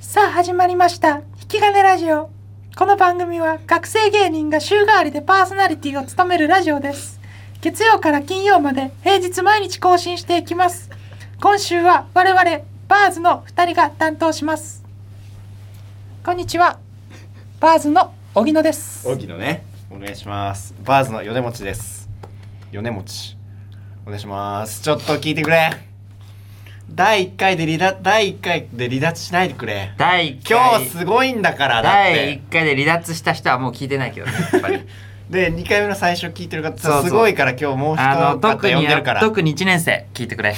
さあ始まりました「引き金ラジオ」この番組は学生芸人が週替わりでパーソナリティを務めるラジオです月曜から金曜まで平日毎日更新していきます今週は我々バーズの2人が担当しますこんにちはバーズの荻野です荻野ねお願いしますバーズの米持ちです米持ちお願いしますちょっと聞いてくれ第1回で離脱第一回で離脱しないでくれ第1今回日すごいんだからだっ第て1回で離脱した人はもう聞いてないけどねや っぱりで2回目の最初聞いてるそうそ方うすごいから今日もう一あの方特呼んにでるから特特に1年生聞いてくれ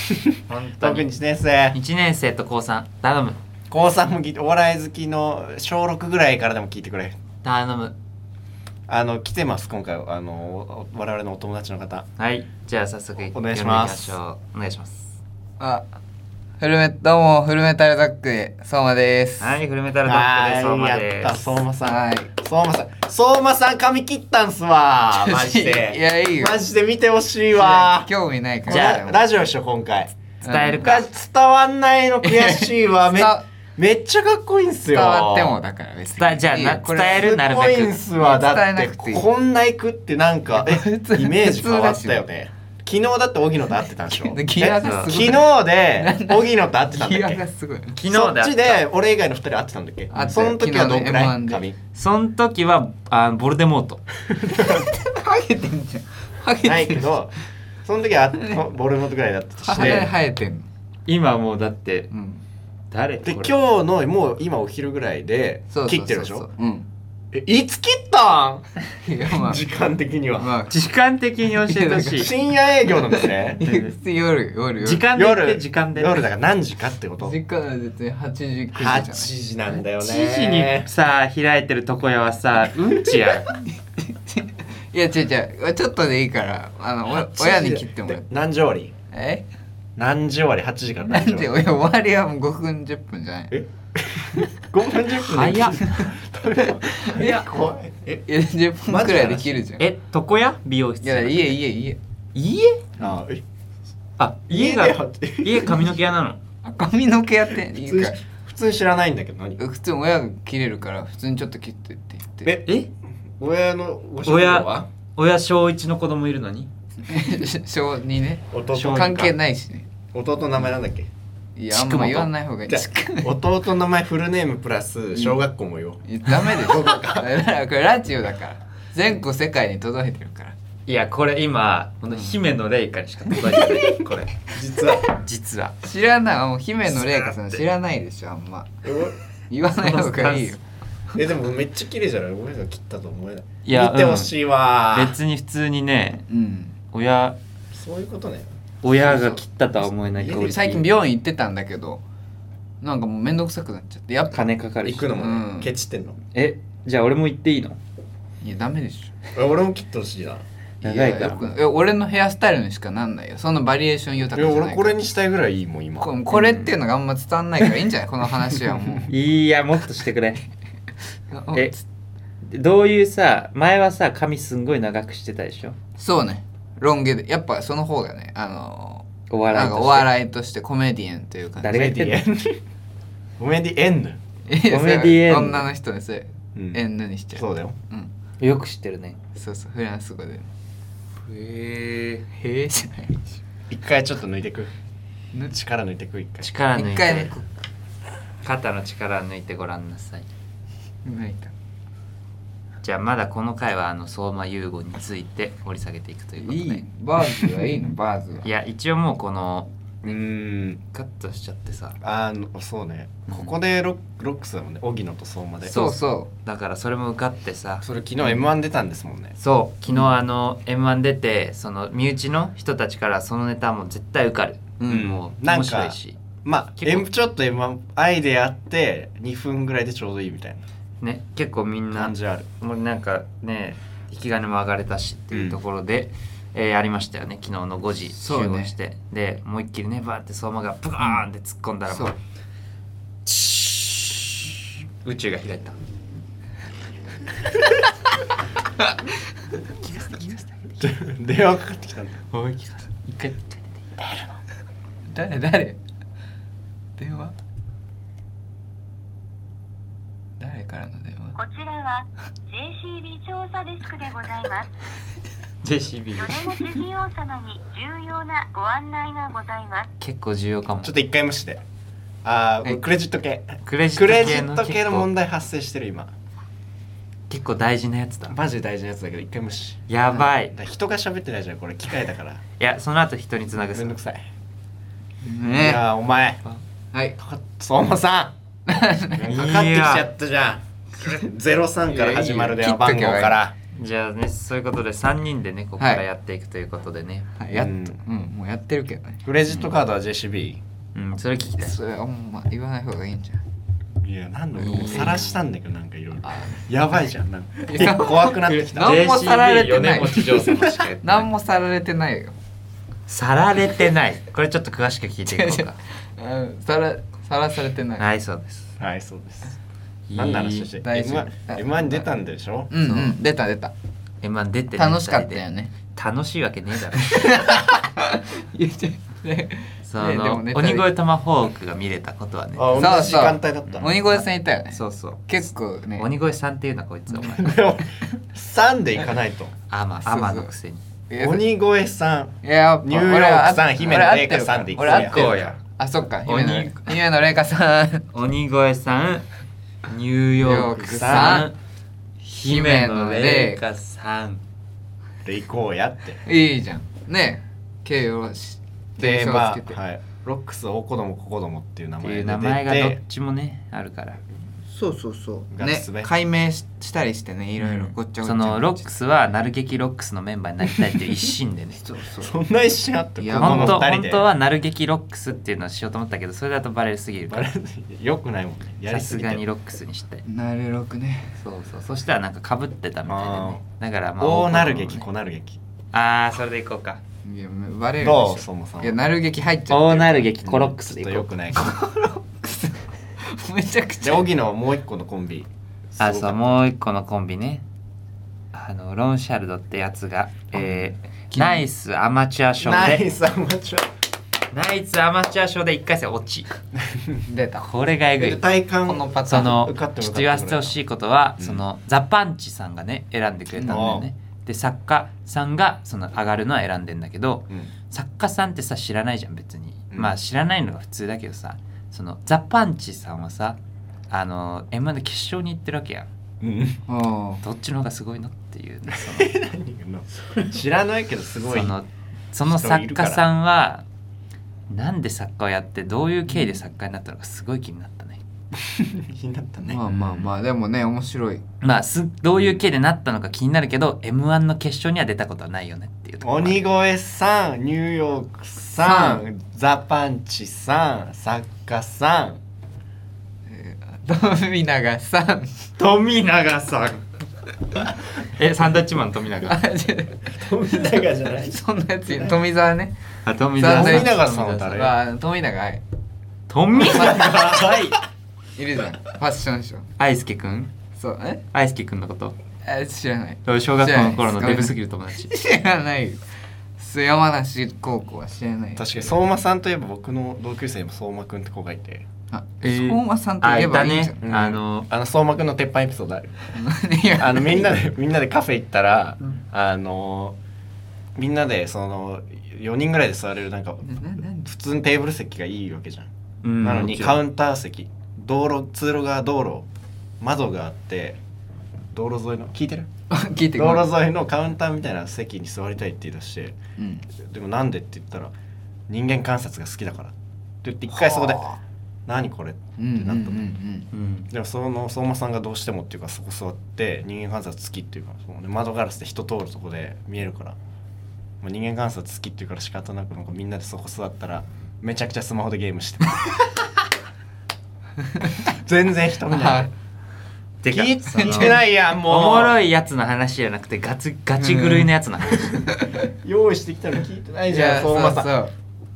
本当にに1年生1年生と高3頼む高3も聞いてお笑い好きの小6ぐらいからでも聞いてくれ頼むあの来てます今回あのお我々のお友達の方はいじゃあ早速お願いします読んでいきましょうお願いしますあ、フルメどうもフルメタルザック相馬です。はいフルメタルダックで相馬あーでやったす相馬さん、はい相馬さん相馬さん髪切ったんす わマジいでやいいよ。マジで見てほしいわ興味ないから。じゃあララジオでしょ今回伝えるがか伝わんないの悔しいわめ伝わめっちゃかっこいいんす伝よわってもだから別に。伝えじゃあないいよこれ伝えるなるすべくごいんすわだっ伝えてなくていいこんな行くってなんかえ 普通イメージ変わったよね昨日だって荻野と会ってたんでしょ 昨日えがすご昨い日で荻野と会ってたんだっ 際けがすごい。昨日でそあっっちたで俺以外の二人会ってたんだっけ会ってその時はどんくら昨い日の M1 髪その時はあボルデモートハゲてんじゃん。ハゲてんないけ どその時はあボルモートぐらいだったとし鼻て生えてんの。今もうだってうん。誰で今こ日れのもう今お昼ぐらいでそうそうそ切っうそうてるでしょ。うん。えいつ切ったいやまん 時間的にあはまあ。時間的に教えてほしい深夜営業なんです ねいや普通夜夜夜。時間で言って夜時間で夜だから何時かってこと時間は絶対八時九時じゃない8。時なんだよね1時にさ開いてる床屋はさうんちやんいや違う違うちょっとでいいからあの8お時親に切ってもらっでて。何時終わりえ？何時終わり8時からな何時ん終でわお終わりはもう五分十分じゃない。りえ5分10分で早 っいや怖いえいや10分くらいできるじゃん。いえ床屋美容室やいやいやいや。家あえあ家でが家髪の毛屋なの髪の毛やっていい普通かに。普通に知らないんだけど何普通親が切れるから普通にちょっと切ってって言って。ええ親のご職業は親小一の子供いるのに 小にね。弟小関係いないしね。弟の名前なんだっけいやちあくもんとま言わない方がいい。じゃあちく弟の名前フルネームプラス小学校もよ、いやダメ です。だからこれラジオだから全国世界に届いてるから。いやこれ今この姫のレイカにしか届いてないこれ実 は実は知らないもう姫野玲香さん知らないでしょあんま。言わない方がいいよ。えでもめっちゃ綺麗じゃないごめんなさい切ったと思えないいや見てほしいわ、別に普通にねうん。親そういうことね親が切ったとは思えないそうそう最近美容院行ってたんだけどなんかもう面倒くさくなっちゃってやっぱ金かかるし行くのもね、うんケチってんのえじゃあ俺も行っていいのいやダメでしょえ俺も切ってほしいな長いからやよくないいや俺のヘアスタイルにしかなんないよそんなバリエーション豊いかやじゃな俺いこかられにしたいぐらいいいもん今ここれっていうのがあんま伝わんないからいいんじゃないこの話はもいやもっとしてく れ うえどういうさ前はさ髪すんごい長くしてたでしょそうねロン毛でやっぱその方がねあのおーな笑いんとかしてお笑いとしてコメディエンというか誰が言ってんの コメディエンヌココメディエンヌ女の人ですうんエンヌにしちゃうそうだようん、よく知ってるねそうそうフランス語でへえへえじゃ ないでし一回ちょっと抜いてくょぬ力抜いてく一回力抜いて一回ねこ肩の力抜いてごらんなさい抜いたじゃあまだこの回はあの相馬優吾について掘り下げていくということでいいバーズはいいのバーズはいや一応もうこのうーんカットしちゃってさあのそうねここでロックロックスだもんね荻野と相馬でそうそだからそれも受かってさそれ昨日 M1 出たんですもんねそう昨日あの m 1出てその身内の人たちからそのネタはもう絶対受かる、うんもうなん面か白いしまあ結構 M ちょっと M1 アイデアあって2分ぐらいでちょうどいいみた いね結構みんなな感じあるもうなんかね引き金も上がれたしっていうところで、えーありましたよね昨日の5時集そうね合して、で思いっきりねバーって相馬がブカーンって突っ込んだらそもうう宇宙が開いた電話かかってきたんだおい一回誰誰電話れからの電話こちらは JCB 調査デスクでございます。 JCB 米持ち企業様に重要なご案内がございます。結構重要かもちょっと一回無視であはーいクレジット系クレジクレジッットト系系のの問問題題発生してる今結構大事なやつだマジで大事なやつだけど一回無視やばいだから人が喋ってないじゃんこれ機械だ からいやその後人につなぐめさんどくさいいねやーお前はい相馬さんかかってきちゃったじゃん03から始まる電話番号からじゃあねそういうことで3人でねここからやっていくということでね、はいやっとうんうんもうやってるけどねクレジットカードは JCB うんそれ聞きたいそれはほんま言わない方がいいんじゃんいや何度いいねもさらしたんだけどなんかいろいろやばいじゃんなんかいや怖くなってきた何もさられてない JCB 米持上様しかやってない何もさられてないよさられてないこれちょっと詳しく聞いていこうかうんさらさらされてない、はいそうですはいそうです何の話していい大丈夫 M1 に出たんでしょうんうん出た出た m 1出てね楽しかったよね二人で楽しいわけねえだろ言ってねそねでもの、ね鬼越トマホークが見れたことはねあ同そうじ時間帯そだうったの鬼越さんいたよねそうそう結構ね鬼越さんっていうのはこいつお前でも3で行かないとアマそうそうアマのくせにいや鬼越さんいややっぱニューヨーク俺はさん姫野玲香さんで行こう俺や合っ行てるかこうらやあそっか鬼姫野姫野玲香さん鬼越さんニューヨークさん姫野玲香さんで行こうやっていいじゃんねえ形容しで形ま容つあけて、はいロックス大子供小子供っていう名ってい前うで名前がど出ってちもねあるからそうそうそうガねスべ解明ししたりしてねいろいろごっちゃごっちゃそのロックスはなる劇ロックスのメンバーになりたいっていう一心でねそうそうそんな一瞬あったい子や供本2当人本で当はなる劇ロックスっていうのをしようと思ったけどそれだとバレるすぎるかバらレよくないもんねやさりすすぎがにてロックスにしてなるろくねそうそうそしたらなんかかぶってたみたいでねだからまあ大なる大子劇供小なる劇ああそれでいこうかいやバレるでどしょうそもそもいやなる劇入っちゃって大るなる劇コロックスでいちょっとこようかくない めちゃくちじゃゃあ荻野もう一個のコンビあすごかそったうもう一個のコンビねあのロンシャルドってやつが、えー、ナイスアマチュア賞ナイでスアマチュナイスアマチュア賞で1回戦落ち出たこれがえぐアい体感このパそターンの受かっても受かっちょてもっと言わせてほしいことは、うんそのザ・パンチさんがね選んでくれたんだよねで作家さんがその上がるのは選んでんだけどうん作家さんってさ知らないじゃん別に、うんまあ知らないのが普通だけどさそのザ・パンチさんはさあの M−1 の決勝に行ってるわけやんうんうんどっちの方がすごいのっていうねその知らないけどすごいそのその作家さんはなんで作家をやってどういう経緯で作家になったのかすごい気になったね気になったねまあまあまあでもね面白いまあすどういう経緯でなったのか気になるけど m 1の決勝には出たことはないよねっていうところまで鬼越さんニューヨークさんザ・パンチさん作家さん富永さん富永さんえサンドウィッチマン富永富永じゃないそんなやついない富澤ねあ富サンドイッチ富永さんは誰は富永愛富永はいいるじゃんファッションショー愛介くんそうえ愛介くんのことあ知らない小学校の頃のデブすぎる友達知らないよ須山梨高校は知らない確かに相馬さんといえば僕の同級生にも相馬くんって子がいてあえー相馬さんといえばいいじゃあん、いうんあのあの相馬くんの鉄板エピソードあるい やあのみんなでみんなでカフェ行ったらあのみんなでその4人ぐらいで座れるなんかなななんで普通にテーブル席がいいわけじゃんうんなのにもちろんカウンター席道路通路側道路窓があって道路沿いの聞いてる聞いてく道れ、路沿いのカウンターみたいな席に座りたいって言い出してうん、でもなんでって言ったら人間観察が好きだからって言って一回そこで「何これ?」ってうんうんうんうなったのんうんでもその相馬さんがどうしてもっていうかそこ座って人間観察好きっていうかその、ね、窓ガラスで人通るとこで見えるから、まあ、人間観察好きっていうから仕方なくなんかみんなでそこ座ったらめちゃくちゃスマホでゲームして た全然人見ないてか聞いその聞いてないやんもうおもろいやつの話じゃなくてガチガチ狂いのやつの話用意してきたの聞いてないいじゃんや相そう馬さんそう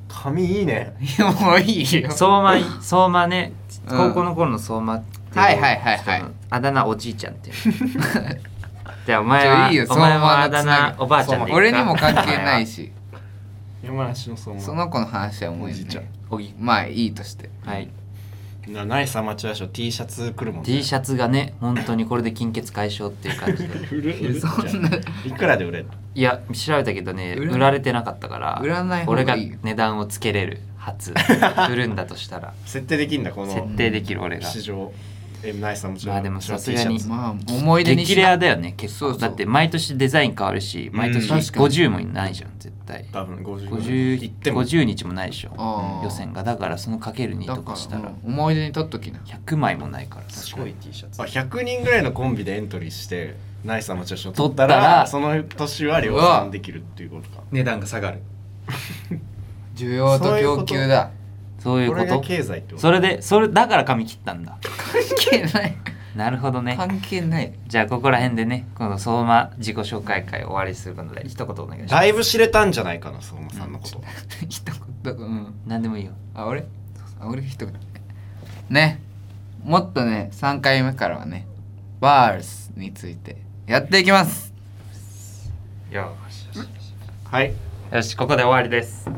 髪いいねいやもういい よ相馬相馬ねうん高校の頃の相馬ってう人のはいはいはいはいあだ名おじいちゃんっていう じゃあお前はちょいいよお前相馬はのあだ名つなぎおばあちゃんでいいか俺にも関係ないし山梨の相馬その子の話はもういい、ね、おじいちゃんおぎまあいいとしてはいなナイスアマチュア賞 T シャツ来るもん T シャツがね本当にこれで金欠解消っていう感じで 売る売るそんないくらで売れるのいや調べたけどね売ら売られてなかったから売らない方俺がいいよが値段をつけれる 初売るんだとしたら設定できんだこの設定できる俺が市場えナイスアマチュアまあでもさすがに T シャツまあ思い出に激しレなアだよね結構そうそうだって毎年デザイン変わるし毎年うん確かに50もいないじゃん絶対多分50 50, 行っても50日もないでしょあー予選がだからそのかける2だとかからしたらうん思い出に取っときな100枚もないからすすごい T シャツあ100人ぐらいのコンビでエントリーしてナイスアマチュア賞取取っったたららその年は量産できるっていうことか値段が下がる需要と供給だそういうここれがと経済ってことそれでそれだから髪切ったんだ関係ないなるほどね関係ない じゃあここら辺でねこの相馬自己紹介会終わりするので一言お願いしますだいぶ知れたんじゃないかな相馬さんのこと、一言うん何でもいいよあ俺あ俺一言ねもっとね3回目からはねバースについてやっていきますよしはいよしここで終わりです